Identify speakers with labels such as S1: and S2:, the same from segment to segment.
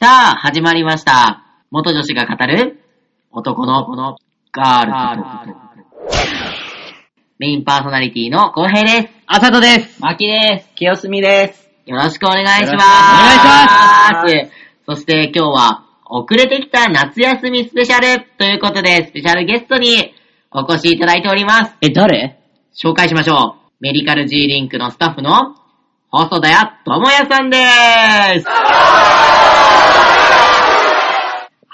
S1: さあ、始まりました。元女子が語る、男の子のガールズトーク。メインパーソナリティの浩平です。
S2: あさとです。
S1: マキです。
S2: 清澄です。
S1: よろしくお願いします。
S2: よろしくお願いし
S1: ます。そして今日は、遅れてきた夏休みスペシャルということで、スペシャルゲストにお越しいただいております。
S2: え、誰
S1: 紹介しましょう。メディカル G リンクのスタッフの、細田屋智也さんです。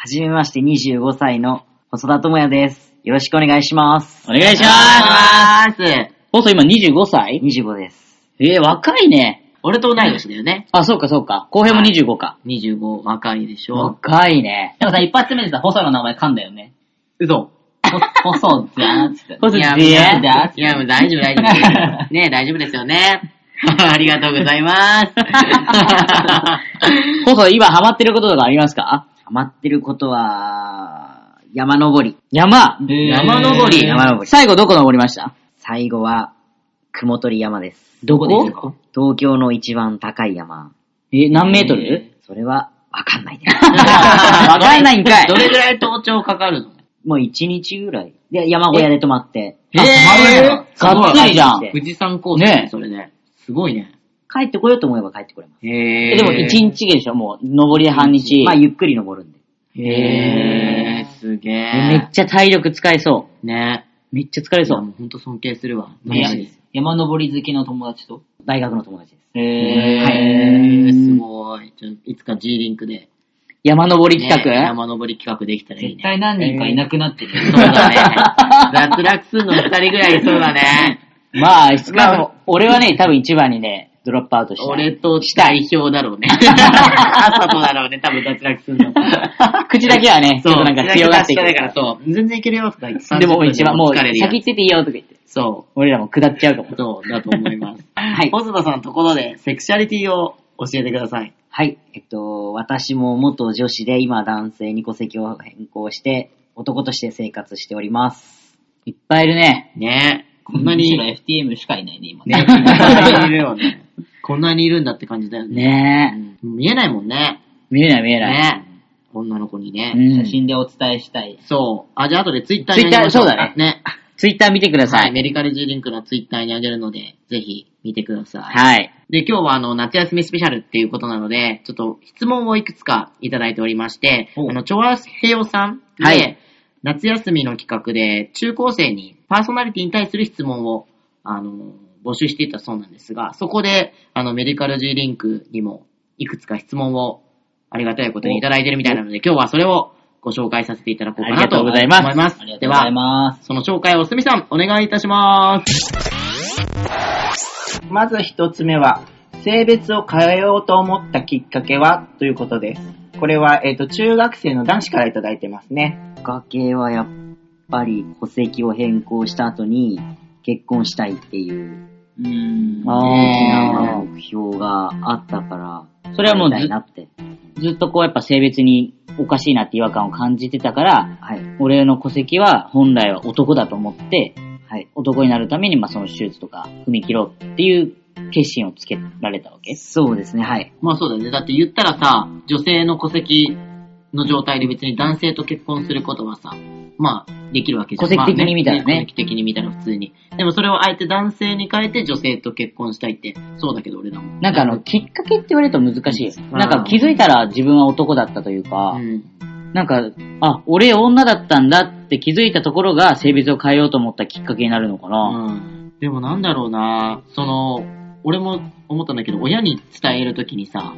S3: はじめまして25歳の細田智也です。よろしくお願いします。
S2: お願いします。
S1: 願いします。
S2: 放送今25歳
S3: 25です。
S2: えー、若いね。
S1: 俺と同い年だよね。
S2: あ、そうかそうか。後編も25か。
S1: 25、若いでしょ。
S2: 若いね。
S4: でもさ、一発目でさ、細の名前噛んだよ ね。
S1: 嘘。
S4: ほ細じゃんっつって。
S2: 細
S1: いや、
S2: 田
S1: いや、
S2: や
S1: いやもう大丈夫、大丈 夫。ね大丈夫ですよね。 ありがとうござい ます。
S2: 放送今ハマってることとかありますか
S3: ハマってることは、山登り。
S2: 山。
S1: 山登り。
S3: 山登り。
S2: 最後どこ登りました
S3: 最後は、雲取山です。
S2: ど
S4: こですか
S3: 東京の一番高い山。
S2: え、何メートル
S3: それは、わかんないです。
S2: わかんないんかい
S1: ど。れぐらい登頂かかるの
S3: もう1日ぐらい。で、山小屋で泊まって、
S2: あ泊まるんだがっつりじゃん
S1: 富士山コースね
S2: ね、
S1: それね。すごいね。
S3: 帰ってこようと思えば帰ってこれます。
S1: へ
S2: えでも1日でしょもう、登りで半日。
S3: まあ、ゆっくり登るんで。
S1: へー、すげ
S2: えめっ
S1: え。
S2: ちゃ体力使えそ
S1: ね。
S2: う。めっちゃ疲れ
S1: そ、
S2: そうう。
S1: もうほんと尊敬するわ。
S4: ね
S1: マジで
S4: 山登り好きの友達と。
S3: 大学の友達です。
S1: へー、すごい。ちょいつか G リンクで。
S2: 山登り企
S1: ね
S2: 画
S1: 山登り企画できたらいい
S4: 絶
S1: ね。
S4: 対何人かいなくなってる。
S1: そうだ ね。脱落するの二人ぐらいそうだね。
S2: まあ、しか
S1: ま
S2: も、俺はね、多分一番にね、ドロップアウトした。
S1: 俺と代表だろうね。朝とだろうね、多分脱落するの。
S2: 口だけはね、ちょっとなんか強がってい
S1: い
S2: く
S1: か。ら、そう。全然いけるよとか言って
S2: でも一番もう、
S1: 疲れる
S2: 先
S1: や
S2: 行ってていいよとか言って。
S1: つそ
S2: 俺らも下っちゃうかも
S1: う。。そう、だと思い ます。
S3: はい
S1: 細田さんのところで、セクシャリティを教えてください。
S3: はい。えっと、私も元女子で、今男性に戸籍を変更して、男として生活しております。
S2: いっぱいいるね。
S1: ねこんな
S4: むし
S1: に、
S4: ろ
S1: ね、
S4: FTM しかいないね、今。
S1: こんなに いるよ ね。こんなにいるんだって感じだよね。
S2: ね
S1: うん見えないもんね。
S2: え。見えない見えない。
S1: ね女の子にね。
S2: うん
S4: 写。真でお伝えしたい。
S1: そう。あ、じゃあ後でツイッターにあげましょ
S2: Twitter そうだね
S1: ね。
S2: ツイッター見てくだ
S1: は
S2: さ
S1: い。
S2: い。
S1: メディカル G リンクのツイッターにあげるので、ぜひ見てください。
S2: はい。
S1: で、今日はあの、夏休みスペシャルっていうことなので、ちょっと質問をいくつかいただいておりまして、
S4: お
S1: あの、チョアヘヨさんで、
S2: はい
S1: 夏休みの企画で、中高生にパーソナリティに対する質問を、あの、募集していたそうなんですが、そこで、あの、メディカル G リンクにも、いくつか質問を、ありがたいことにいただいてるみたいなので、今日はそれをご紹介させていただこうかなと思います。
S2: ありがとうございま
S4: ありがと
S1: で
S4: うござ
S1: は、
S4: います。
S1: その紹介をすみさん、お願いいたします。
S5: まず一つ目は、性別を変えようと思ったきっかけはということです。これは、えっ、と、中学生の男子からいただいてますね。
S3: 崖はやっぱり戸籍を変更した後に結婚したいっていう
S4: うーん。
S2: あ
S3: 大きな
S2: あ
S3: 目標があったから、
S2: それはもうず
S3: やりたいなって。
S2: ー。ずっとこうやっぱ性別におかしいなって違和感を感じてたから、
S3: はい。
S2: 俺の戸籍は本来は男だと思って、
S3: はい。
S2: 男になるためにまあその手術とか踏み切ろうっていう決心をつけられたわけ
S3: そうですね、はい。
S1: まあそうだよね。だって言ったらさ、女性の戸籍の状態で別に男性と結婚することはさ、まあ、できるわけじゃん。
S2: 戸籍的に見たらね
S1: まあ戸籍的に見たら普通に。でもそれをあえて男性に変えて女性と結婚したいって、そうだけど俺だもん。
S2: なんかあの、きっかけって言われると難しいよね。
S1: うん
S2: なんか気づいたら自分は男だったというか、
S1: うん。
S2: なんか、あ、俺女だったんだって気づいたところが性別を変えようと思ったきっかけになるのかな。
S1: うん。でもなんだろうな、その、俺も思ったんだけど、親に伝えるときにさ、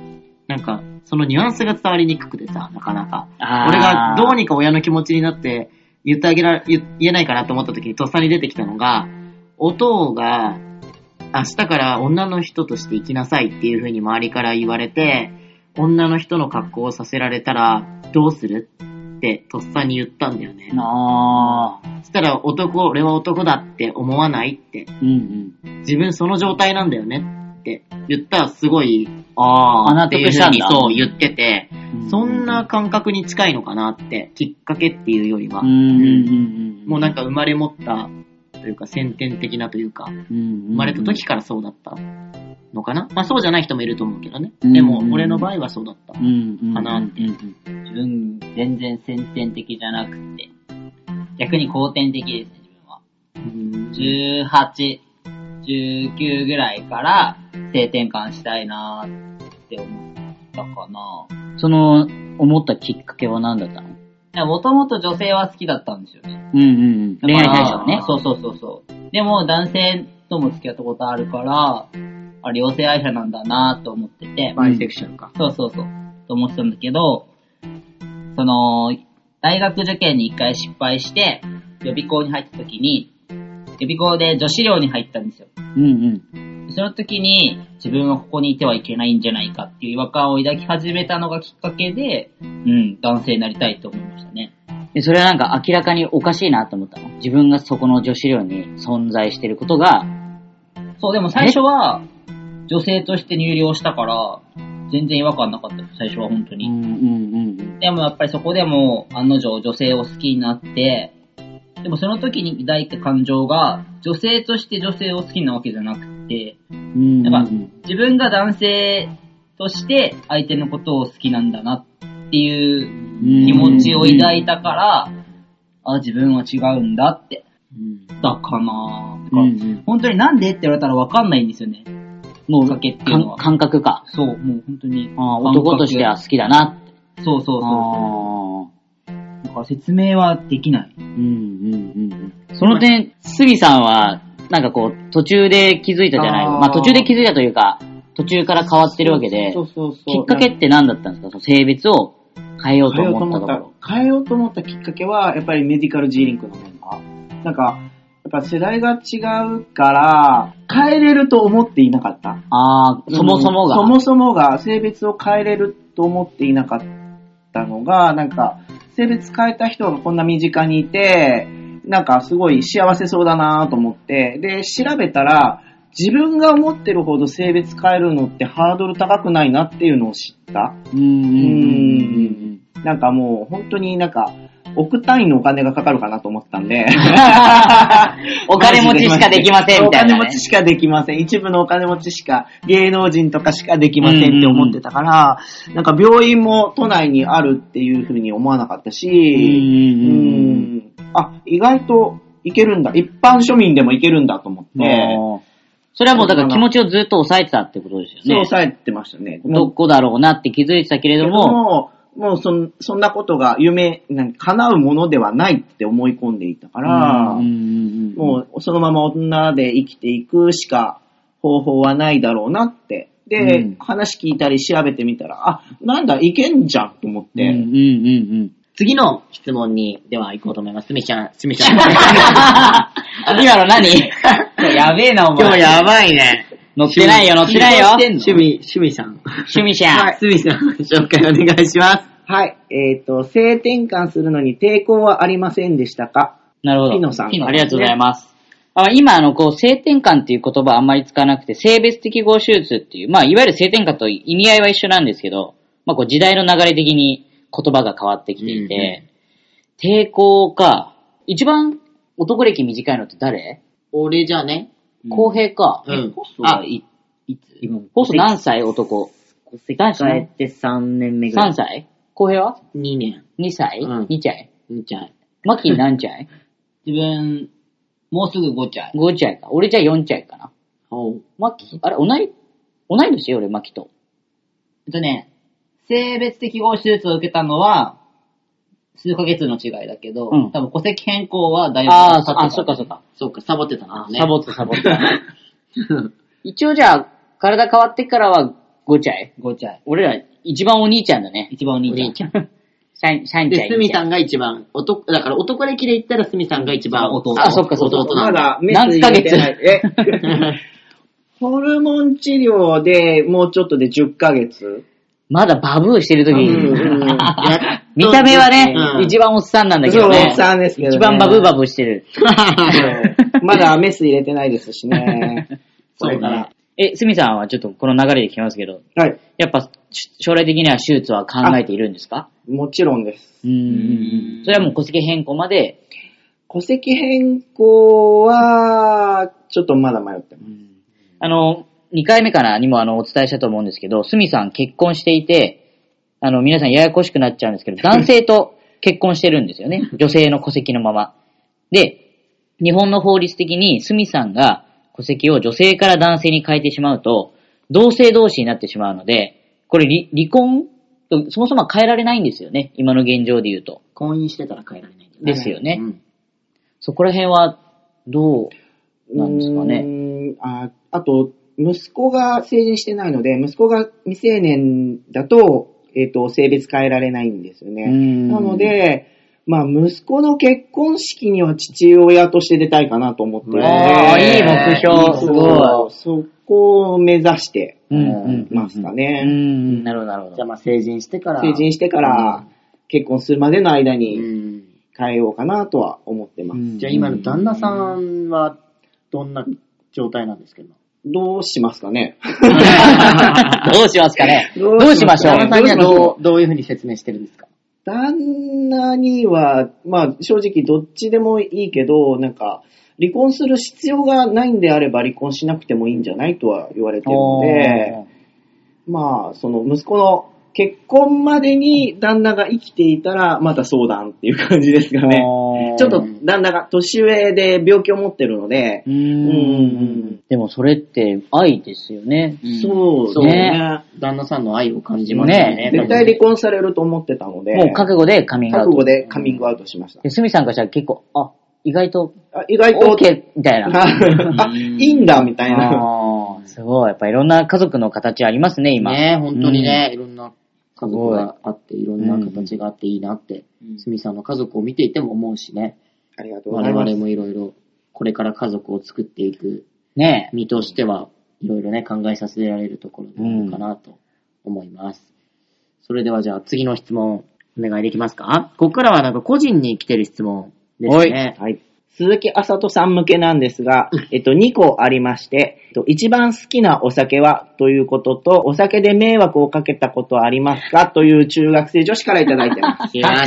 S1: なんか、そのニュアンスが伝わりにくくてさ、なかなか。
S2: あー
S1: 俺がどうにか親の気持ちになって言ってあげられ、言言えないかなと思った時にとっさに出てきたのが、お父が明日から女の人として生きなさいっていう風に周りから言われて、女の人の格好をさせられたらどうするってとっさに言ったんだよね。
S2: あー
S1: そしたら男、俺は男だって思わないって、
S2: うんうん。
S1: 自分その状態なんだよねって言ったらすごい、あ
S2: あ
S1: あ、
S2: 納
S1: って
S2: 得
S1: いう
S2: した
S1: 風に
S2: んだ
S1: そう言ってて、そん
S2: う
S1: な感覚に近いのかなって、きっかけっていうよりは、
S2: んうんうんうん。
S1: もうなんか生まれ持ったというか、先天的なというか、
S2: 生
S1: 生まれた時からそうだったのかな。まあそうじゃない人もいると思うけどね。
S2: うん
S1: でも、俺の場合はそうだった。
S2: か
S1: かなっ
S4: 自分、全然先天的じゃなくて、逆に後天的ですね、自分は。18、19ぐらいから性転換したいなーって思ったかな。
S2: その、思ったきっかけは何だったの
S4: もともと女性は好きだったんですよね。
S2: うんうんうん。恋愛対象は
S4: だか。
S2: ね
S4: らそうそうそうそう。でも男性とも付き合ったことあるから、あれ、両性愛者なんだなーと思ってて。
S1: バイセクシャルか。
S4: そうそうそう。と思ってたんだけど、その、大学受験に一回失敗して、予備校に入った時に、予備校で女子寮に入ったんですよ。
S2: うんうん。
S4: その時に、自分はここにいてはいけないんじゃないかっていう違和感を抱き始めたのがきっかけで、うん、男性になりたいと思いましたね。
S2: でそれはなんか明らかにおかしいなと思ったの。自分がそこの女子寮に存在してることが、
S4: そう、でも最初は、女性として入寮したから、全然違和感なかったです最初は本当
S2: うん
S4: に。
S2: うんうんうん。
S4: でもやっぱりそこでも、案の定女性を好きになって、でもその時に抱いた感情が、女性として女性を好きなわけじゃなくて、
S2: うんうんう
S4: やっぱ
S2: ん
S4: 自分が男性として相手のことを好きなんだなっていう気持ちを抱いたから、あ、自分は違うんだって、だかなぁ。だ
S2: う
S4: か
S2: んう
S4: ら
S2: ん
S4: 本当になんでって言われたらわかんないんですよね。
S2: もう
S4: かけっていうのは
S2: かん感覚か。
S4: そう、もう本当に。
S2: あー男としては好きだなって。
S4: そうそうそ
S2: あー
S4: う。だから説明はできない。
S2: その点、杉さんは、なんかこう、途中で気づいたじゃない
S5: あー
S2: まあ途中で気づいたというか、途中から変わってるわけで
S5: そ、うそうそう。
S2: きっかけって何だったんですかその性別を変えようと
S5: 変えようと
S2: 思ったと
S5: 思っ
S2: こ
S5: た
S2: ろ。、
S5: 変えようと思ったきっかけは、やっぱりメディカル G リンクのメンバー。なんか、やっぱ世代が違うから、変えれると思っていなかった。
S2: あー、そもそもが。
S5: そもそもが、性別を変えれると思っていなかったのが、なんか、性別変えた人がこんな身近にいて、なんかすごい幸せそうだなと思って、で、調べたら、自分が思ってるほど性別変えるのってハードル高くないなっていうのを知った。
S2: うんうんうんうん
S5: なんかもう本当になんか、億単位のお金がかかるかなと思ってたんで。
S2: お金持ちしかできませんみたいな、ね。
S5: お金持ちしかできません。一部のお金持ちしか、芸能人とかしかできませんって思ってたから、なんか病院も都内にあるっていうふうに思わなかったし、
S2: う
S5: う
S2: んうんうんうん
S5: んあ、意外といけるんだ。一般庶民でもいけるんだと思って、
S2: あーそれはもうだから気持ちをずっと抑えてたってことですよ
S5: そう
S2: ね。
S5: 抑えてましたね。
S2: どこだろうなって気づいてたけれ
S5: け
S2: ど
S5: ど
S2: も、
S5: も、もうそんそんなことが夢、なんか叶うものではないって思い込んでいたから、
S2: うんうんうん
S5: もうそのまま女で生きていくしか方法はないだろうなって。で、
S2: うん
S5: 話聞いたり調べてみたら、あ、なんだ、いけんじゃんと思っ
S2: うんうん
S5: て。
S2: うんうん。
S1: 次の質問に、では行こうと思います。すみちゃん、 すみちゃん。
S2: 今の何
S4: やべえな、お前。
S1: 今日やばいね。
S2: 乗ってないよ、乗ってないよ。
S1: 趣味、趣味さん。
S2: 趣味者。
S1: はい。すみさん、紹介お願いします。
S5: はい。えっ、と、性転換するのに抵抗はありませんでしたか
S2: なるほど。
S5: ピノさん
S2: ありがとうございます。あ今、あの、こう、性転換っていう言葉あんまり使わなくて、性別適合手術っていう、まあ、いわゆる性転換と意味合いは一緒なんですけど、まあ、こう、時代の流れ的に言葉が変わってきていて、抵抗か、一番男歴短いのって誰
S1: 俺じゃね。
S2: 公平か。
S1: うん。、
S4: ホストはいいつ
S2: ホスト何歳男
S3: 戸籍変えて3年目ぐらい。
S2: ?3 歳公平は
S1: 2年。
S2: ?2 歳
S1: うん
S2: ?2 歳
S1: うんちゃん。
S2: マキ何 歳
S4: 自分、もうすぐ5歳。
S2: ?5 歳か。俺じゃ4歳かな。
S1: おう。
S2: マキ、あれ、同い、同い年よ、俺、マキと。
S4: えっとね、性別適合手術を受けたのは、数ヶ月の違いだけど、
S2: うん
S4: 多分戸籍変更はだいぶ
S2: ああ、
S4: 経って
S2: そ
S4: た
S2: あ、そっかそっか。
S1: そうか、サボってたな、ね。
S2: サボってサボ って。一応じゃあ、体変わってからは5歳
S4: 5歳。
S2: 俺ら一番お兄ちゃんだね。
S4: 一番お
S1: お
S4: 兄ちゃん。
S1: 兄ちゃん。
S2: シャン、シャンちゃ
S1: で、
S2: ん。
S1: すみさんが一番、男、だから男歴で言ったらすみさんが一番
S4: 弟
S2: あそっかそっか
S1: 弟な
S5: ま
S1: んだ。
S5: だメス入れてない。え ホルモン治療でもうちょっとで10ヶ 月。
S2: まだバブーしてる時
S5: う
S2: に、
S5: ん
S1: やっと
S2: 見た目はね、
S1: うん
S2: 一番おっさんなんだけ
S5: そう、
S2: ど
S5: お
S2: ね。
S5: っさんですけど、ね。
S2: 一番バブーバブーして る。
S5: そうまだメス入れてないですしね。こ
S1: そ
S5: れ
S1: う
S5: か
S1: だ
S5: ら。
S2: え、すみさんはちょっとこの流れで聞きますけど、
S5: はい。
S2: やっぱし将来的には手術は考えているんですか
S5: もちろんです。
S2: うんうんうん。それはもう戸籍変更まで
S5: 戸籍変更は、ちょっとまだ迷ってます。
S2: あの、2回目かなにもあの、お伝えしたと思うんですけど、すみさん結婚していて、あの、皆さんややこしくなっちゃうんですけ ど、男性と結婚してるんですよね。女性の戸籍のまま。で、日本の法律的にすみさんが戸籍を女性から男性に変えてしまうと、同性同士になってしまうので、これ離離婚とそもそも変えられないんですよね。今の現状で言うと。
S1: 婚姻してたら変えられないんだよね。
S2: ですよね。
S1: うん
S2: そこら辺は、どうなんですかね。
S5: ね。ああと、息子が成人してないので、息子が未成年だと、えっ、と、性別変えられないんですよね。
S2: うん
S5: なの、で、まあ、息子の結婚式には父親として出たいかなと思ってるので、
S2: ああ、いい目標、すごい。
S5: そうそこを目指して
S2: うんうん
S5: ますか
S2: う
S5: ね。
S2: ん、なるほど、なるほど
S1: じゃあ。まあ成人してから。
S5: 成人してから結婚するまでの間
S1: う
S5: に
S1: ん。
S5: 変えようかなとは思ってます。
S1: じゃあ今の旦那さんはどんな状態なんですけど
S5: どうしますかね
S2: どうしますかね
S5: ど
S2: ど
S5: う
S2: う
S5: し
S2: し
S5: ま
S2: ま
S5: し
S2: し
S5: ょ
S2: ょ
S5: う
S2: う
S1: 旦那さんにはどう、どういうふうに説明してるんですか
S5: 旦那には、まあ正直どっちでもいいけど、なんか、離婚する必要がないんであれば離婚しなくてもいいんじゃないとは言われてるので、まあ、その息子の結婚までに旦那が生きていたら、また相談っていう感じですかね。ちょっと旦那が年上で病気を持ってるので
S2: う、。
S5: うん
S2: でもそれって愛ですよね。
S5: そう
S2: そう
S5: ね
S2: ね。
S1: 旦那さんの愛を感じますよね。
S2: ね
S5: 絶対離婚されると思ってたので、
S2: もう覚悟でカミングアウ
S5: 覚
S2: ト。
S5: 悟でカミングアウトしました。
S2: で。すみさんからしたら結構、あ、意外と、
S5: あ意外と、
S2: OK みたいな。
S5: あ、いいんだみたいな。
S2: あーすごい。やっぱいろんな家族の形ありますね、今。
S1: ね本当にね、いろんな家族があって、いろんな形があっていいなって、すみさんの家族を見ていても思うしね、
S5: ありがとうござ
S1: 我
S5: います
S1: 々。もいろいろ、これから家族を作っていく
S2: ね
S1: 身としては、いろいろね、考えさせられるところなのかなと思います。それではじゃあ次の質問、お願いできますかここからはなんか個人に来てる質問ですね。
S5: はい。鈴木あさとさん向けなんですが、えっと、2個ありまして、えっと一番好きなお酒はということと、お酒で迷惑をかけたことはありますかという中学生女子からいただいてます。
S1: たくさんるよ
S5: あ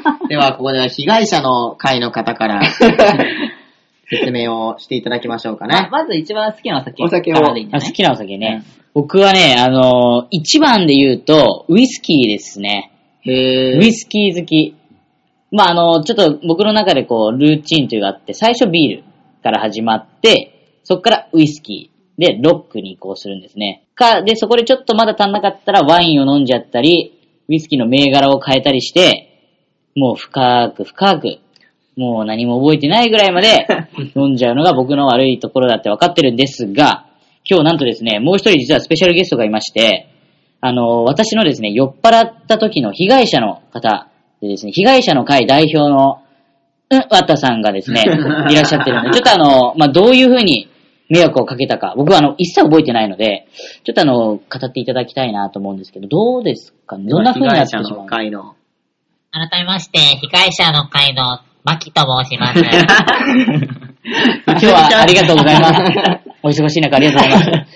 S1: はい。では、ここでは被害者の会の方 から説明をしていただきましょうかね。
S6: ままず一番好きなお酒。
S5: お酒を
S6: からでいいんじゃ
S2: あ
S6: ない
S2: 好きなお酒ね。僕はね、あのー、一番で言うと、ウイスキーですね。
S1: へ
S2: ウイスキー好き。まあ、あの、ちょっと僕の中でこう、ルーチンというのがあって、最初ビールから始まって、そこからウイスキーでロックに移行するんですね。か、で、そこでちょっとまだ足んなかったらワインを飲んじゃったり、ウイスキーの銘柄を変えたりして、もう深く深く、もう何も覚えてないぐらいまで飲んじゃうのが僕の悪いところだって分かってるんですが、今日なんとですね、もう一人実はスペシャルゲストがいまして、あの、私のですね、酔っ払った時の被害者の方でですね、被害者の会代表の、うん、わたさんがですね、いらっしゃってるので、ちょっとあの、まあ、どういうふうに迷惑をかけたか、僕はあの、一切覚えてないので、ちょっとあの、語っていただきたいなと思うんですけど、どうですかねどんなふうになってしまう
S1: 被害者の会の。
S7: 改めまして、被害者の会の牧と申します。
S2: 今日はありがとうござ い ます。お忙しい中ありがとうございます。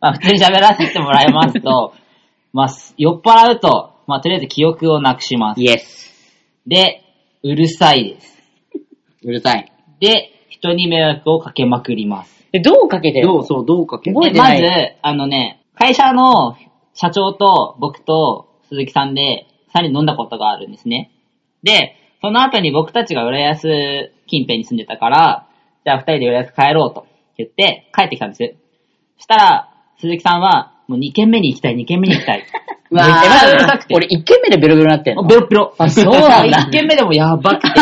S6: まあ、普通に喋らせてもらいますと、まあ、酔っ払うと、まあ、とりあえず記憶をなくします。
S2: イエス。
S6: で、うるさいです。
S2: うるさい。
S6: で、人に迷惑をかけまくります。
S2: で、どうかけてる
S1: どう、そう、どうかけ
S2: 覚えて
S6: ま
S2: な
S6: ず
S2: い。、
S6: あのね、会社の社長と僕と鈴木さんで、3人飲んだことがあるんですね。で、その後に僕たちが浦安近辺に住んでたから、じゃあ2人で浦安帰ろうと言って帰ってきたんです。そしたら、鈴木さんは、もう2軒目に行きたい、2軒目に行きた い。
S2: わ
S6: めっちゃうるさくて
S2: 俺、一軒目でベロベロになってん
S6: もう
S2: の
S6: ベロッベロ。
S2: あ、そうなんだ
S6: 1 。軒目でもやばく て、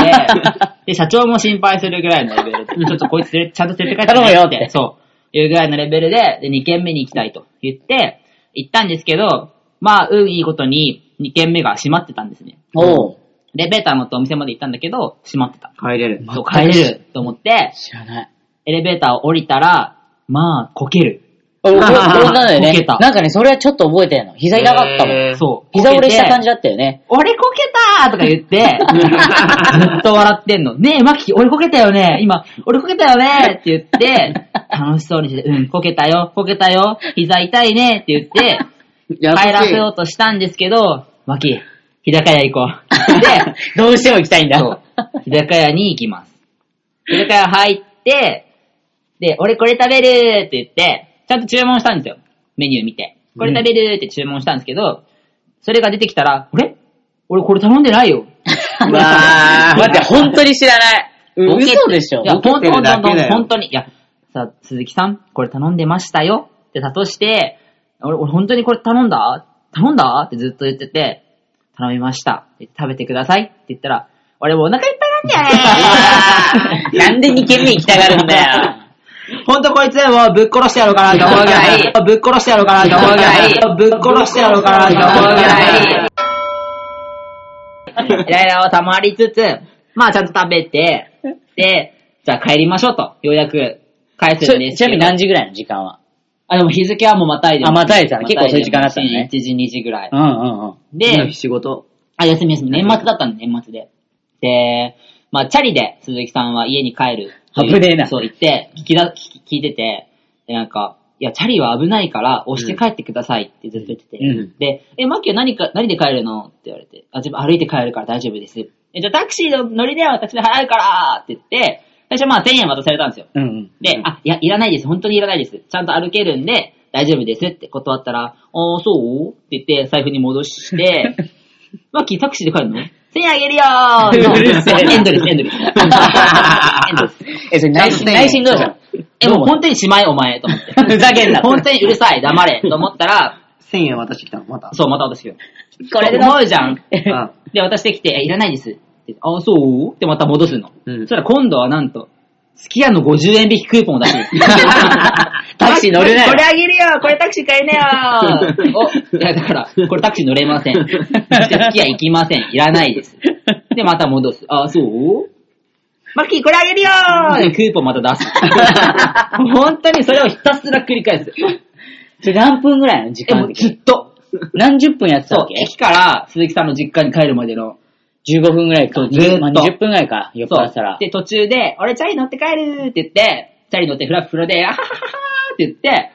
S6: で、社長も心配するぐらいのレベルで、ちょっとこいつ ちゃんと連れて帰ってね
S2: 頼むよって
S6: そう、いうぐらいのレベルで、で、2軒目に行きたいと言って、行ったんですけど、まあ、運いいことに、2軒目が閉まってたんですね。
S2: おう。
S6: エレベーター乗ってお店まで行ったんだけど、閉まってた。
S1: 入れる。
S6: そう、帰れると思って、
S2: 知らない。
S6: エレベーターを降りたら、まあ、こける。
S2: 俺、俺俺なんだよ
S6: こけ
S2: ね。
S6: た
S2: なんかね、それはちょっと覚えてんの。膝痛かったも
S1: へ
S2: ん
S1: ー。
S6: そう。
S2: 膝折れした感
S6: じ。
S2: じだったよね。
S6: 俺こけたーとか言って、ずっと笑ってんの。ねえ、マキ、俺こけたよね今、俺こけたよねって言って、楽しそうにして、うん、こけたよ、こけたよ、膝痛いねって言って、
S1: や
S6: 帰らせようとしたんですけど、マキ、日高屋行こう。で、
S2: どうしても行きたいんだ。
S6: そう
S2: 日高屋に行きます。日高屋入って、で、俺これ食べるって言って、ちゃんと注文したんですよ。メニュー見て。これ食べるって注文したんですけど、それが出てきたら、あれ俺これ頼んでないよ。
S8: うわー。待って、本当に知らない。
S1: ボケて
S8: 嘘でしょ
S2: いや、
S1: ボ
S2: ほ
S1: ケて
S2: んと、ほ
S1: る
S2: んと、
S1: だ
S2: ほんと
S1: けだよ
S2: 本当に。いや、さ、鈴木さん、これ頼んでましたよって、たとして、俺、俺本当にこれ頼んだ頼んだってずっと言ってて、頼みました。食べてくださいって言ったら、俺もうお腹いっぱいなんだよね
S8: なんで2軒目行きたがるんだ
S2: ほんとこいつもうぶっ殺してやろうかなって思うぐらい、ぶっ殺してやろうかなって思うぐらい、ぶっ殺してやろうかなって思うぐらい、イライラを溜まりつつ、まあちゃんと食 べて、で、じゃあ帰りましょうと、ようやく帰すんで
S8: よ。
S2: す
S8: ちなみに
S2: 何
S8: 何時ぐらいの時間は
S2: あ、でも日付はもうまたいで
S8: あまたいでたね結構そういう時間だったのね
S2: 1時、2時ぐらい。
S8: うんうんうん。
S1: 次の
S2: で
S1: 日、仕事。
S2: あ、休み休み、年末だったんで、年末で。で、まあ、チャリで鈴木さんは家に帰るという。
S8: 危ねえな
S2: そう言って、聞きだ、聞き聞いてて、で、なんか、いや、チャリは危ないから、押して帰ってくださいってずっと言ってて。
S8: うん
S2: で、え、マッキーは何か、何で帰るのって言われて。あ、自分歩いて帰るから大丈夫です。え、じゃあタクシーの乗りでは私で払うからって言って、最初まあ1000円渡されたんですよ。
S8: うんうん。
S2: で、あ、いや、いらないです。本当にいらないです。ちゃんと歩けるんで、大丈夫ですって断ったら、あー、そうって言って、財布に戻 して、マッキータクシーで帰るの ?1000 円あげるよー
S8: う るせえ
S2: エンドレス、エンドレス。エンドレス。
S8: え、それ内心、内心どうしたの
S2: え、もう本当にしまいお前と思って。
S8: ふざけんな
S2: 本当にうるさい、黙れと思ったら、
S1: 1000円渡してきたの、また。
S2: そう、また私 よ。
S8: これで
S2: 思うじ ゃん。
S1: あ
S2: で、渡してきて、え、いらないです。ってあ、そうってまた戻すの。
S1: うん
S2: そしたら今度はなんと、すき家の50円引きクーポン を出してる。
S8: タクシー乗れない
S2: これあげるよこれタクシー買えなよ お、いやだから、これタクシー乗れ ません。そしてすき家行きません。いらないです。で、また戻す。あ、そうマッキーこれあげるよでクーポンまた 出す。本当にそれをひたすら繰り返す。
S8: それ何分ぐらいの時
S2: え、も
S8: 間
S2: うずっと。
S8: 何十分やってた
S2: そ
S8: わ
S2: う、
S8: け
S2: 駅から鈴木さんの実家に帰るまでの
S8: ?15 分ぐらいか。
S2: そうずーっと
S8: まあ20分ぐらいか。酔っ
S2: そ
S8: 払っ
S2: う
S8: たら。
S2: で、途中で、俺チャリ乗って帰るって言って、チャリ乗ってフラフラで、あははははって言って、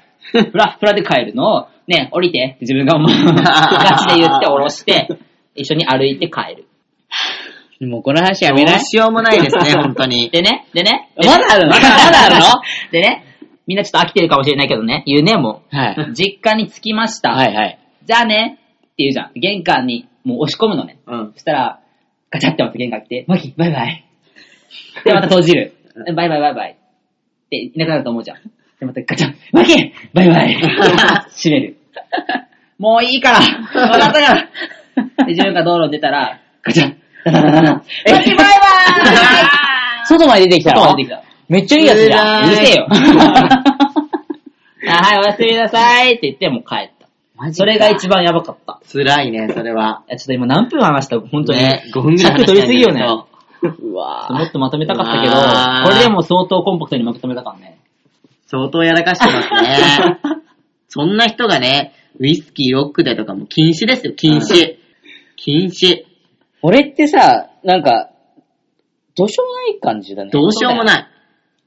S2: フラフラで帰るのを、ね、降りて、自分がもう、ガチで言って降ろして、一緒に歩いて帰る。
S8: もうこの話やめ
S1: ど
S8: な
S1: う
S8: い
S1: しようもないですね、本当に。
S2: でね、でね、でね
S8: まだあ るのまだあるの
S2: でね、みんなちょっと飽きてるかもしれないけどね、言うね、も
S8: は
S2: う。
S8: い。
S2: 実家に着きました。
S8: はいはい。
S2: じゃあね、って言うじゃん。玄関に、もう押し込むのね。
S1: うん。
S2: そしたら、ガチャってまた玄関来て、マキ、バイバイ。で、また閉じる。バイバイバイバイ。で、いなくなると思うじゃん。で、またガチャ、マキバイバイ 閉める。もういいからわかったからで、自分が道路に出たら、ガチャダダダダダマキバイバ
S8: 外まで出てきた
S2: イ
S8: の
S2: 外出てきた。
S8: めっちゃいいやつじゃん。
S2: う
S8: う
S2: る
S8: る
S2: せ
S8: せえ
S2: えよ
S8: よ。。
S2: あはい、おやすみなさいって言って、もう帰った。それが一番やばかった。
S1: 辛いね、それは。
S2: いや、ちょっと今何分話した本当に。
S1: ね5分ぐらい話したんだ
S2: 尺
S1: けど
S2: 取りすぎよね。
S1: うわ
S2: もっとまとめたかったけ
S1: うわー
S2: ど、これでも相当コンパクトにまとめたからね。
S1: 相当やらかしてます ね。そんな人がね、ウイスキーロックでとかも禁止ですよ、禁止。禁止。
S8: 俺ってさ、なんか、どうしようもない感じだね。
S1: どうしようもない。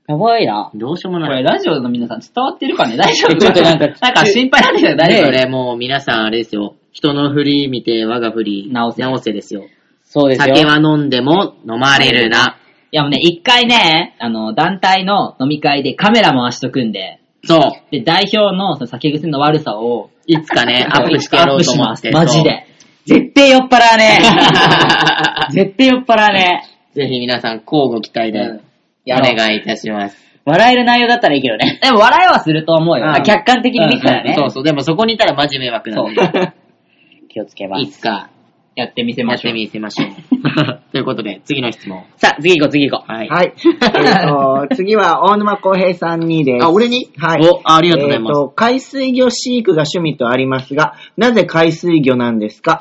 S8: やばいな。
S1: どうしようも
S2: こ
S1: ない。
S2: れラジオの皆さん伝わってるかね大丈夫
S8: ちょっとなんか
S2: なんか心配なんだけど大
S1: 大丈
S2: 丈
S1: 夫
S2: 夫
S1: ね、もう皆さんあれですよ。人の振り見て我が振り
S2: 直せ
S1: 直せですよ。
S8: そうですよ。
S1: 酒は飲んでも飲まれるな。
S2: いやもうね、一回ね、あの、団体の飲み会でカメラ回しとくんで、
S1: そう。
S2: で、代表のその酒癖の悪さを、
S1: いつか ね、アップしてやろうと思って。
S2: アップしますマジで。
S8: 絶対酔っ払わね
S1: そ
S8: え。絶対酔っ払わねえ。
S1: う。ぜひ皆さん、交互期待で、
S8: うん
S1: お願いいたします。
S8: 笑える内容だったらいいけどね。
S2: でも笑いはすると思うよ。
S1: うん
S8: あ客観的に見てたらね
S1: そ。うそう、でもそこにいたらマジ迷惑なんで、
S8: 気をつけま
S1: い
S8: す。
S1: つか
S2: やってみせ
S1: や
S2: ま
S1: っ
S2: しょ
S1: て
S2: う。
S1: みせましょう。 ということで、次の質問。
S8: さあ、次行こう、次行こう。
S1: はい。
S5: はい。えっと、次は大沼康平さんにです。
S1: あ、俺に
S5: はい
S1: お、ありがとうござい
S5: え
S1: ま
S5: ー
S1: す。
S5: と、海水魚飼育が趣味とありますが、なぜ海水魚なんですか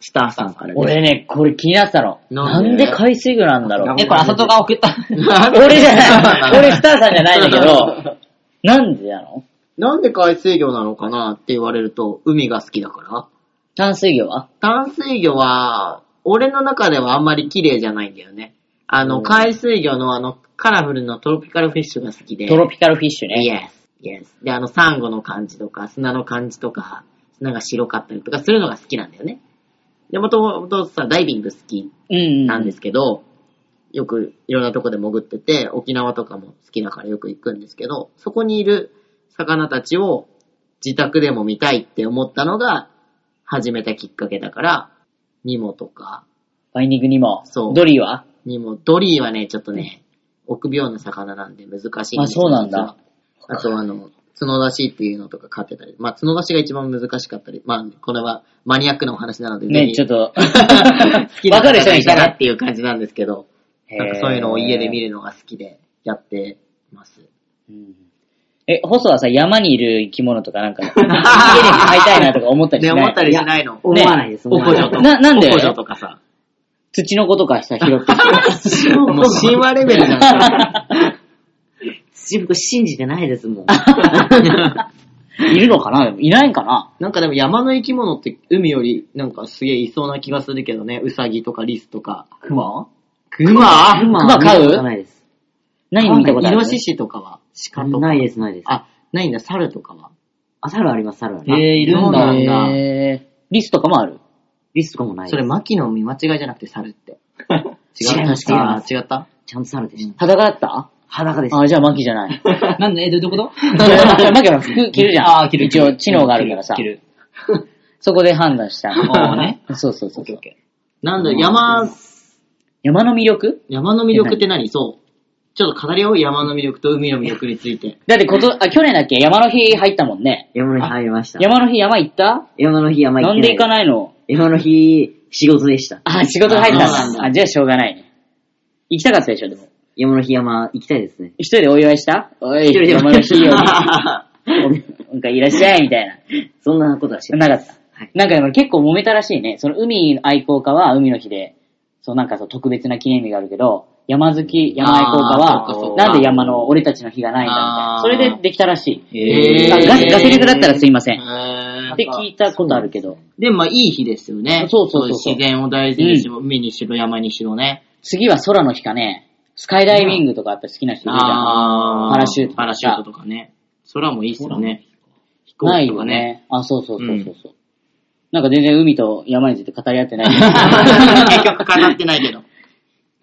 S5: スターさんからです。
S8: 俺ね、これ気になってたの。
S1: な
S8: なん
S1: で
S8: んで海水魚なんだろう。
S2: え、これ、あさとが送った。
S8: 俺じゃない。俺スターさんじゃないんだけど、なんでなの
S1: なんで海水魚なのかなって言われると、海が好きだから。
S8: 淡水魚は
S1: 淡水魚は、俺の中ではあんまり綺麗じゃないんだよね。あの、海水魚のあの、カラフルなトロピカルフィッシュが好きで。
S8: トロピカルフィッシュね。
S1: Yes, yes. で、あの、サンゴの感じとか、砂の感じとか、砂が白かったりとかするのが好きなんだよね。で、もともとさ、ダイビング好き
S8: うんうん。
S1: なんですけど、よくいろんなとこで潜ってて、沖縄とかも好きだからよく行くんですけど、そこにいる魚たちを自宅でも見たいって思ったのが始めたきっかけだから、ニモとか、
S2: ファイニングにも。
S1: そう
S2: ドリーは
S1: ニモ、ドリーはね、ちょっとね、臆病な魚なんで難しいん
S2: あ、
S1: ですよ
S2: そうなんだ。。
S1: 実はあとあの、角出しっていうのとか飼ってたり、まあ角出しが一番難しかったり、まあこれはマニアックなお話なので、
S2: ね、ちょっ
S1: と
S2: と。
S1: 好きな
S2: わかる
S1: 方
S2: 人
S1: が
S2: に
S1: い
S2: した
S1: たら
S2: ら
S1: っ。ていう感じなんですけど、なんかそういうのを家で見
S2: る。
S1: るのが好きでやってます。
S2: うんえ、ホソはさ、山にいる生き物とかなんか、家で飼いたいなとか思ったりし
S1: ね、
S2: ない
S1: 思ったりしないの
S2: ね
S4: 思わないです、思
S1: お
S4: わ
S1: こ
S4: ないです
S1: じょとか。
S2: ななんで
S1: おこじょとか さ。
S2: 土の子とかさ、拾ってき て。
S1: もう神話レベルじゃ ん。
S4: 自分信じてないです もん。
S2: いるのかないないんかな
S1: なんかでも山の生き物って海よりなんかすげえいそうな気がするけどね。ウサギとかリスとか。
S4: クマ
S1: クマ
S4: クマ
S2: 熊飼う
S4: 見たことないです。
S2: 何見たことあ
S1: イ
S2: る
S1: ノシシとかは鹿とか。
S4: ないです、ないです。
S1: あ、ないんだ。猿とかは。
S4: あ、猿あります、猿あり
S2: え
S4: ます。
S2: ー、いるん
S1: そう
S2: だ。
S1: なんだ
S2: えーリスとかもある。
S4: リスとかもないです。
S1: それ、牧野見間違いじゃなくて猿って。
S4: 違います
S1: 違った違った
S4: ちゃんと猿でした。
S2: 裸だった
S4: 裸です。
S2: あ、じゃあマキじゃない。
S3: なんで、え、どういうこと
S2: マキは服着るじゃん。
S3: あー着る
S2: 一応、知能があるからさ。
S3: 着る。
S2: そこで判断した。
S3: あーね。
S2: そうそうそうそう。
S1: なんだ、山、
S2: 山の魅力
S1: 山の魅力って何そう。ちょっと語り合おう。山の魅力と海の魅力について。
S2: だってこと、あ、去年だっけ山の日入ったもんね。
S4: 山の日入りました。
S2: 山の日山行った
S4: 山の日山行
S2: な
S4: って
S2: んで行か
S4: い
S2: ないの
S4: 山の日、仕事でした。
S2: あ、仕事入った
S1: あそうんなん
S2: だ。
S1: だ
S2: あ、じゃあしょうがないね。行きたかったでしょ、でも。
S4: 山の日山行きたいですね。
S2: 一人でお祝いしたおい、
S4: 一人で
S2: 山の日 より。なんかいらっしゃい、みたいな。
S4: そんなことはしない。
S2: なかった。
S4: はい
S2: なんかでも結構揉めたらしいね。その海愛好家は海の日で、そうなんかそう特別な記念日があるけど、山好き、山愛好
S1: あーそうかそ
S2: 家
S1: うか
S2: は、なんで山の俺たちの日がないんだ
S1: あー
S2: みたいな。それでできたらしい。
S1: へー
S2: あガセガセリフだったらすいません。
S1: へー
S2: って聞いたことあるけど。
S1: で、まあ、いい日ですよね。
S2: そうそうそうそう
S1: い自然を大事にしろ、海にしろ、山にしろね。
S2: 次は空の日かね。スカイダイビングとかやっぱ好きな人いるじゃん。
S1: あー
S2: パラシュートとか
S1: パラシュートとかね。空もいいっすよね。飛行
S2: ない
S1: 機と
S2: よ
S1: か。
S2: ね。あ、そうそうそうそうそう。なんか全然海と山について語り合ってないけど
S1: 結局語ってないけど。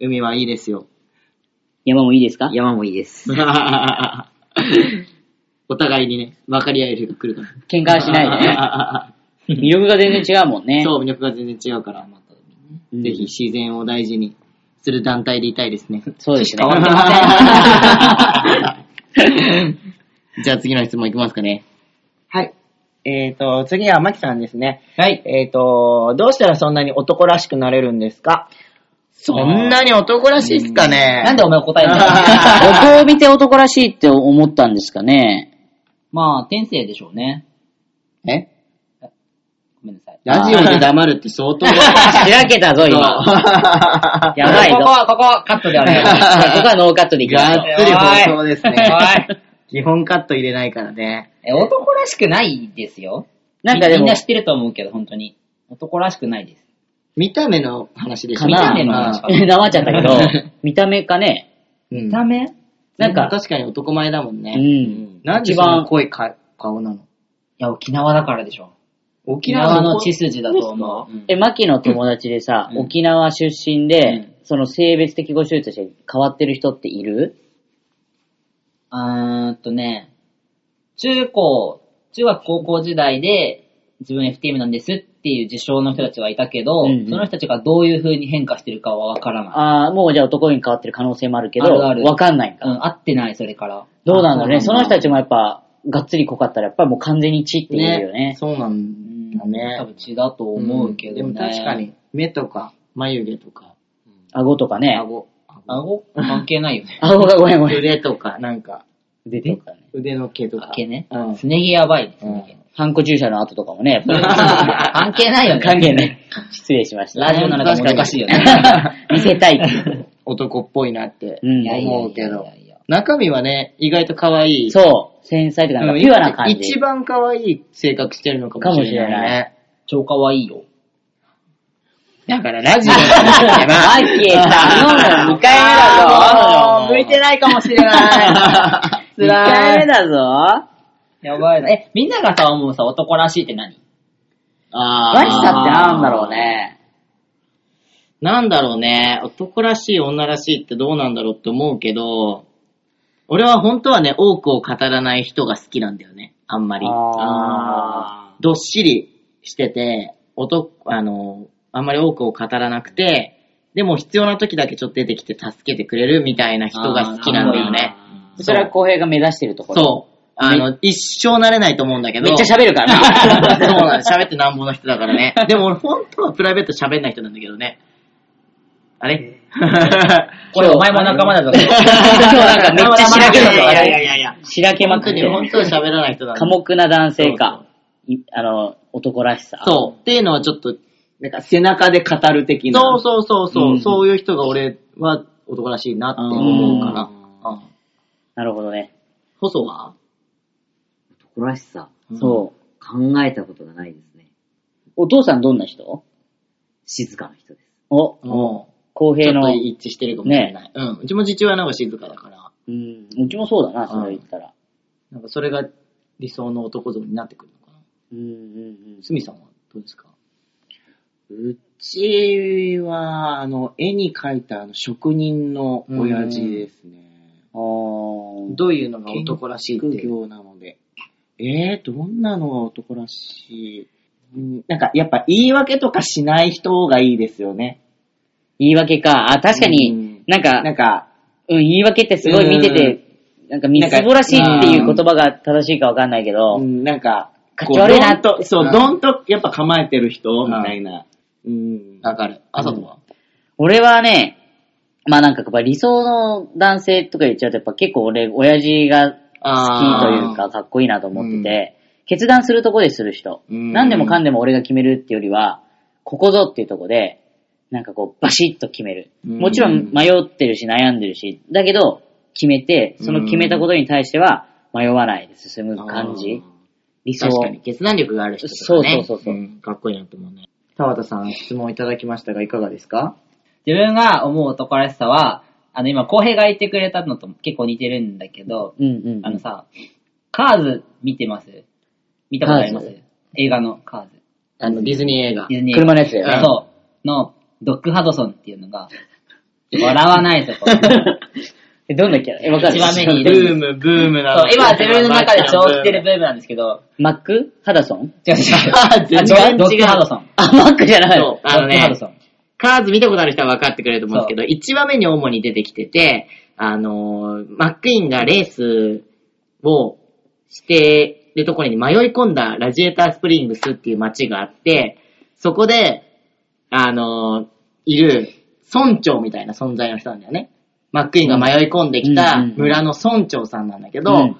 S1: 海はいいですよ。
S2: 山もいいですか
S4: 山もいいです。
S1: お互いにね、分かり合える日が来るから。
S2: 喧嘩はしない で ね。魅力が全然違うもんね。
S1: そう、魅力が全然違うから、また
S2: うん
S1: ぜひ自然を大事にする団体でいたいですね。
S2: そうですね。
S1: じゃあ次の質問いきますかね。
S5: はい。えっ、と、次はマキさんですね。
S1: はい。
S5: えっ、と、どうしたらそんなに男らしくなれるんで すか
S1: そんなに男らしいっすかね
S3: なんでお前答えんだよ
S2: 僕を見て男らしいって思ったんですかね。
S3: まあ、天性でしょうね。
S1: え
S3: ごめんなさい。
S1: ラジオで黙るって相当。
S2: 開けたぞ、今。やばいぞ。
S3: ここは、ここはカットでは ない。
S2: 僕はノーカットでいきまし
S1: が
S2: ょう。
S1: っつり放送ですね。
S3: はい
S1: 基本カット入れないからね。
S3: え、男らしくないですよ。
S2: なんかで
S3: み
S2: も
S3: んな、知ってると思うけど、本当に。男らしくないです。
S1: 見た目の話でしょ
S2: かな
S3: 見た目の話か
S2: 黙っちゃったけど、 見た目かね。
S1: うん
S3: 見た目い
S2: なんか、
S1: 確かに男前だもん
S2: う
S1: ね。
S2: ん。
S1: なんで
S2: 一
S1: そんな
S2: 番、
S1: 濃いか顔なの
S3: や、沖縄だからでしょ。沖
S1: 沖
S3: 縄
S1: 縄
S3: の
S1: の
S3: 血
S1: 地
S3: 筋だと思う。うん
S2: え、マキの友達でさ、
S3: うん
S2: 沖縄出身
S3: うん
S2: で、その性別的ご手術して変わってる人っている
S3: あーっとね、中高、中学高校時代で自分 FTM なんですっていう自称の人たちはいたけど、
S2: うんうん
S3: その人たちがどういう風に変化してるかはわからない。
S2: ああ、もうじゃあ男に変わってる可能性もあるけど、
S3: あるある
S2: わかんないんか。
S3: うん、合ってない、それから。
S2: どうなんだろうね。その人た
S3: ち
S2: ちもやっぱ、がっつり濃かったら、やっぱりもう完全に血って言うよね。
S1: そうなんだ
S3: 多
S1: ね。
S3: 分血だと思うけどね。
S1: でも確か。に、目とか、眉毛とか、
S2: 顎とかね。。
S1: 顎、
S3: 顎関係ないよね
S2: 顎がごめんごめん。
S1: 腕とか、なんか、
S2: 腕とかね。
S1: 腕の毛とか。
S3: 毛ね
S1: う。ん。
S3: すね毛やばいね、すね毛。
S2: ハンコ注射の後とかもね、やっ ぱり。
S3: 関係ないよね。
S2: 関係ない。失礼しました。
S3: ラジオならでも難しいよ ね。
S2: 見せたいって。
S1: 男っぽいなって
S2: うん
S1: 思うけど
S3: いやいやいやいやいや。
S1: 中身はね、意外と可愛 い。
S2: そう。繊細とか、なんか
S1: うん
S2: ピュアな感じ。
S1: 一番可愛い性格してるのかもしれない
S2: かもしれな
S1: ね。
S3: 超可愛いよ。
S1: だからラジオ
S2: マッキーさん、2回目だぞ。
S5: 向いてない かもしれない。
S2: 2回目
S5: 辛い。
S2: だぞ。
S3: やばいな。え、みんながさ、思うさ、男らしいって何
S1: あ
S2: らしさってなんだろうね。
S1: なんだろうね、男らしい女らしいってどうなんだろうって思うけど、俺は本当はね、多くを語らない人が好きなんだよね、あんまり。
S5: あ
S1: どっしりしてて、男、あの、あんまり多くを語らなくて、でも必要な時だけちょっと出てきて助けてくれるみたいな人が好きなんだよね。
S2: それは公平が目指してるところ。
S1: そう。あの、一生なれないと思うんだけど。
S2: めっちゃ喋るから な。
S1: そうなの、喋ってなんぼの人だからね。でも俺、本当はプライベート喋んない人なんだけどね。あれ
S4: これお前も仲間だ ぞ。
S2: そう、なんかめっちゃしらけ
S1: いやいやいやいや
S2: まくしらけま
S1: 本
S2: く
S1: 当
S2: って
S1: に、本
S2: る。
S1: 当に喋らない人だ
S2: 寡
S1: ね。
S2: 黙な男性か。いあの、男らしさ。
S1: そう。っていうのはちょっと、
S5: なんか背中で語る的な。
S1: そうそうそうそう、
S2: うん
S1: そういう人が俺は男らしいなって思うかな。うん
S2: なるほどね。
S1: 細は
S9: 男らしさ。
S1: ん
S9: そう。考えたことがないですね。
S2: お父さんどんな人
S9: 静かな人です。
S2: お、
S1: も
S2: 公
S1: う、ち
S2: 平
S1: ょっ
S2: の
S1: と。一致してるかもしれない。うん。うちも父親の方が静かだから、
S2: うん。うちもそうだな、それ言ったら。
S1: なんかそれが理想の男像になってくるのかな。
S2: うんうん
S1: すみさんはどうですか
S5: うちは、あの、絵に描いたあの職人の親父ですね。
S2: うん。あー
S1: どういうのが男らしいって
S5: 副業なので。えー、どんなのが男らしい、うん、なんか、やっぱ言い訳とかしない人がいいですよね。
S2: 言い訳か。あ、確か
S5: う
S2: に
S5: ん、
S2: なんか、
S5: なんか、
S2: うん、言い訳ってすごい見てて、なんかみすぼらしいっていう言葉が正しいかわかんないけ
S5: う
S2: ど、
S5: ん、なんか、
S2: かっち悪いな
S5: こうどんと、そうう、
S1: ん
S5: どんとやっぱ構えてる人みたいな。うん。
S1: わかる。朝とは、
S2: 俺はね、まあなんかやっぱ理想の男性とか言っちゃうとやっぱ結構俺、親父が好きというかかっこいいなと思ってて、決断するとこでする人。
S1: うん
S2: 何でもかんでも俺が決めるってよりは、ここぞっていうとこで、なんかこうバシッと決める。
S1: うん
S2: もちろん迷ってるし悩んでるし、だけど決めて、その決めたことに対しては迷わないで進む感じ。理想。
S1: 確かに決断力がある人
S2: そ
S1: と
S2: う
S1: かね。
S2: そうそうそう。
S1: んかっこいいなと思うね。田畑さん、質問いただきましたが、いかがですか
S4: 自分が思う男らしさは、あの今、浩平が言ってくれたのと結構似てるんだけど、
S2: うんうん。
S4: あのさ、カーズ見てます見たことあります
S2: カー
S4: 映画のカーズ。
S1: あの、ディズニー映画。
S4: ディズニー。
S2: 車のやつだよね
S4: そう。の、ドッグハドソンっていうのが、笑わないとこ。
S2: え、どんなキャラえ、わかる
S4: 一番目にい
S1: ブ
S4: る。
S1: ーム、ブームな
S4: そう
S1: の。、
S4: 今自分の中で超来てるブームなんですけど、
S2: マックハダソン
S4: 違う違う違う。
S1: 全然違う
S4: ドッグハドソン。
S2: あ、マックじゃな
S1: そう
S2: いの。
S1: あ
S4: ドッ
S1: の
S4: グハ
S1: ね
S4: ド、ソン。
S1: カーズ見たことある人は分かってくれると思うんですけど、1話目に主に出てきてて、あのー、マックイーンがレースをしてるところに迷い込んだラジエータースプリングスっていう街があって、そこで、あのー、いる村長みたいな存在の人なんだよね。マックイーンが迷い込んできた村の村長さんなんだけど、
S2: うん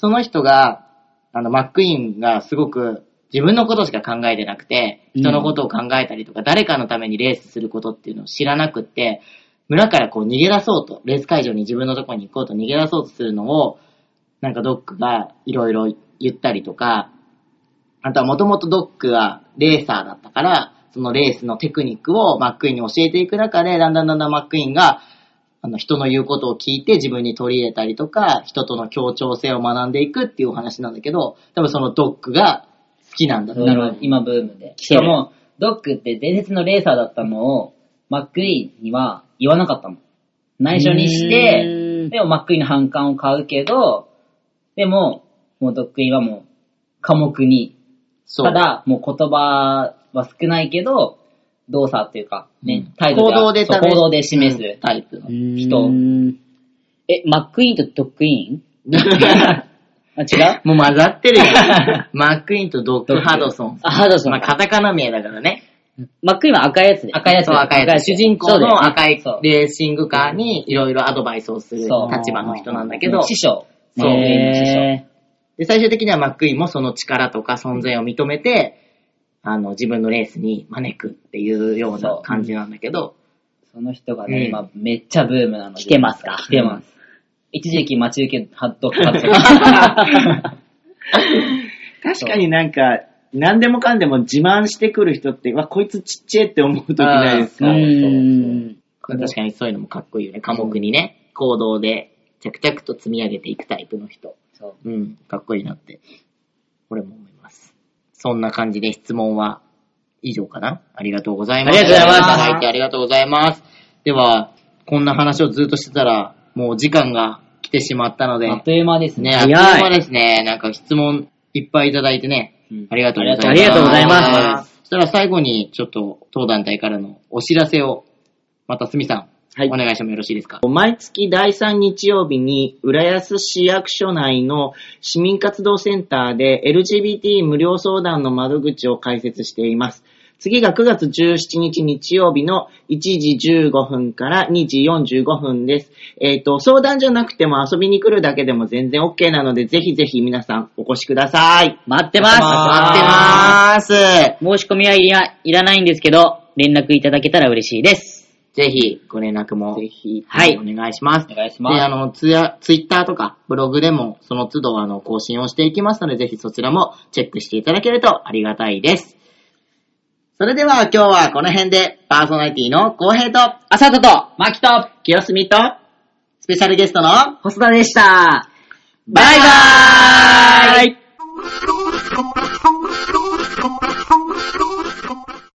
S1: その人が、あの、マックイーンがすごく自分のことしか考えてなくて、人のことを考えたりとか、誰かのためにレースすることっていうのを知らなくって、村からこう逃げ出そうと、レース会場に自分のところに行こうと逃げ出そうとするのを、なんかドックがいろいろ言ったりとか、あとはもともとドックはレーサーだったから、そのレースのテクニックをマックイーンに教えていく中で、だんだんだんだんマックイーンが、あの、人の言うことを聞いて自分に取り入れたりとか、人との協調性を学んでいくっていうお話なんだけど、多分そのドックが好きなんだと思う
S4: なるほど。今ブームで。しかも、ドックって伝説のレーサーだったのを、マックイーンには言わなかったの。内緒にして、でもマックイーンの反感を買うけど、でも、もうドックイーンはもう、科目に、
S1: そう
S4: ただ、もう言葉は少ないけど、動作っていうか、ね、態度
S1: 行動で試
S4: そう
S1: す
S4: 行動で示す。
S1: うんタイプ の。
S4: 人
S2: うんえ、マックイーンとドッグイー ンあ、違う
S1: もう混ざってるよ。マックイーンとドッグハドソン。
S2: あ、ハダソン
S1: まあ、
S2: か。
S1: カタカナ名だからね。
S2: マックイーンは赤いやつで。
S4: 赤いやつ
S1: そう、赤いやつ。主人公の赤い
S4: そう
S1: レーシングカーにいろいろアドバイスをする立
S4: そう
S1: 場の人なんだけど、
S4: 師匠。
S1: そう
S4: マックイーンの師匠。
S2: へ
S1: で、最終的にはマックイーンもその力とか存在を認めて、あの、自分のレースに招くっていうような感じなんだけど、
S4: その人が
S1: うん
S4: ね、今めっちゃブームなので。
S2: 来てますか
S4: 来てます。一時期待ち受けハットか って
S5: 確かになんか、何でもかんでも自慢してくる人って、わ、こいつちっちゃいって思うときないです
S2: ーう
S5: か。
S2: ーん。
S1: 確かにそういうのもかっこいいよね。科目にね、行動で着々と積み上げていくタイプの人。。
S4: そう
S1: ん、かっこいいなって、俺も思います。そんな感じで質問は以上かなありがとうございます。
S2: ありがとうございます
S1: ただいてありがとうございます。では、こんな話をずっとしてたら、もう時間が来てしまったので、
S10: あっという間ですね。
S1: ね、あっという間ですね。なんか質問いっぱいいただいてね、ありがとうございます。
S2: ありがとうございます
S11: ありがとうございます
S1: そしたら最後に、ちょっと当団体からのお知らせを、またすみさん、
S5: はい
S1: お願いしてもよろしいですか
S5: 毎月第3日曜日に、浦安市役所内の市民活動センターで LGBT 無料相談の窓口を開設しています。次が9月17日日曜日の1時15分から2時45分です。えっ、と、相談じゃなくても遊びに来るだけでも全然 OK なので、ぜひぜひ皆さんお越しください。
S2: 待ってます
S1: 待ってます。ぜ
S2: 申し込みはいらいらないんですけど、連絡いただけたら嬉しいです。
S1: ひ、ご連絡も、
S5: ひ
S1: はい、お願いします。
S10: お願いし
S1: で、
S10: ま
S1: あ
S10: す。
S1: の、ツヤ、ツイッターとか、ブログでも、その都度、あの、更新をしていきますので、ぜひそちらもチェックしていただけるとありがたいです。それでは、今日はこの辺で、パーソナリティの浩平と、
S2: あさとと、
S1: マキと、清澄と、スペシャルゲストの、
S5: 細田でした。
S1: バイバーイ
S2: ーイ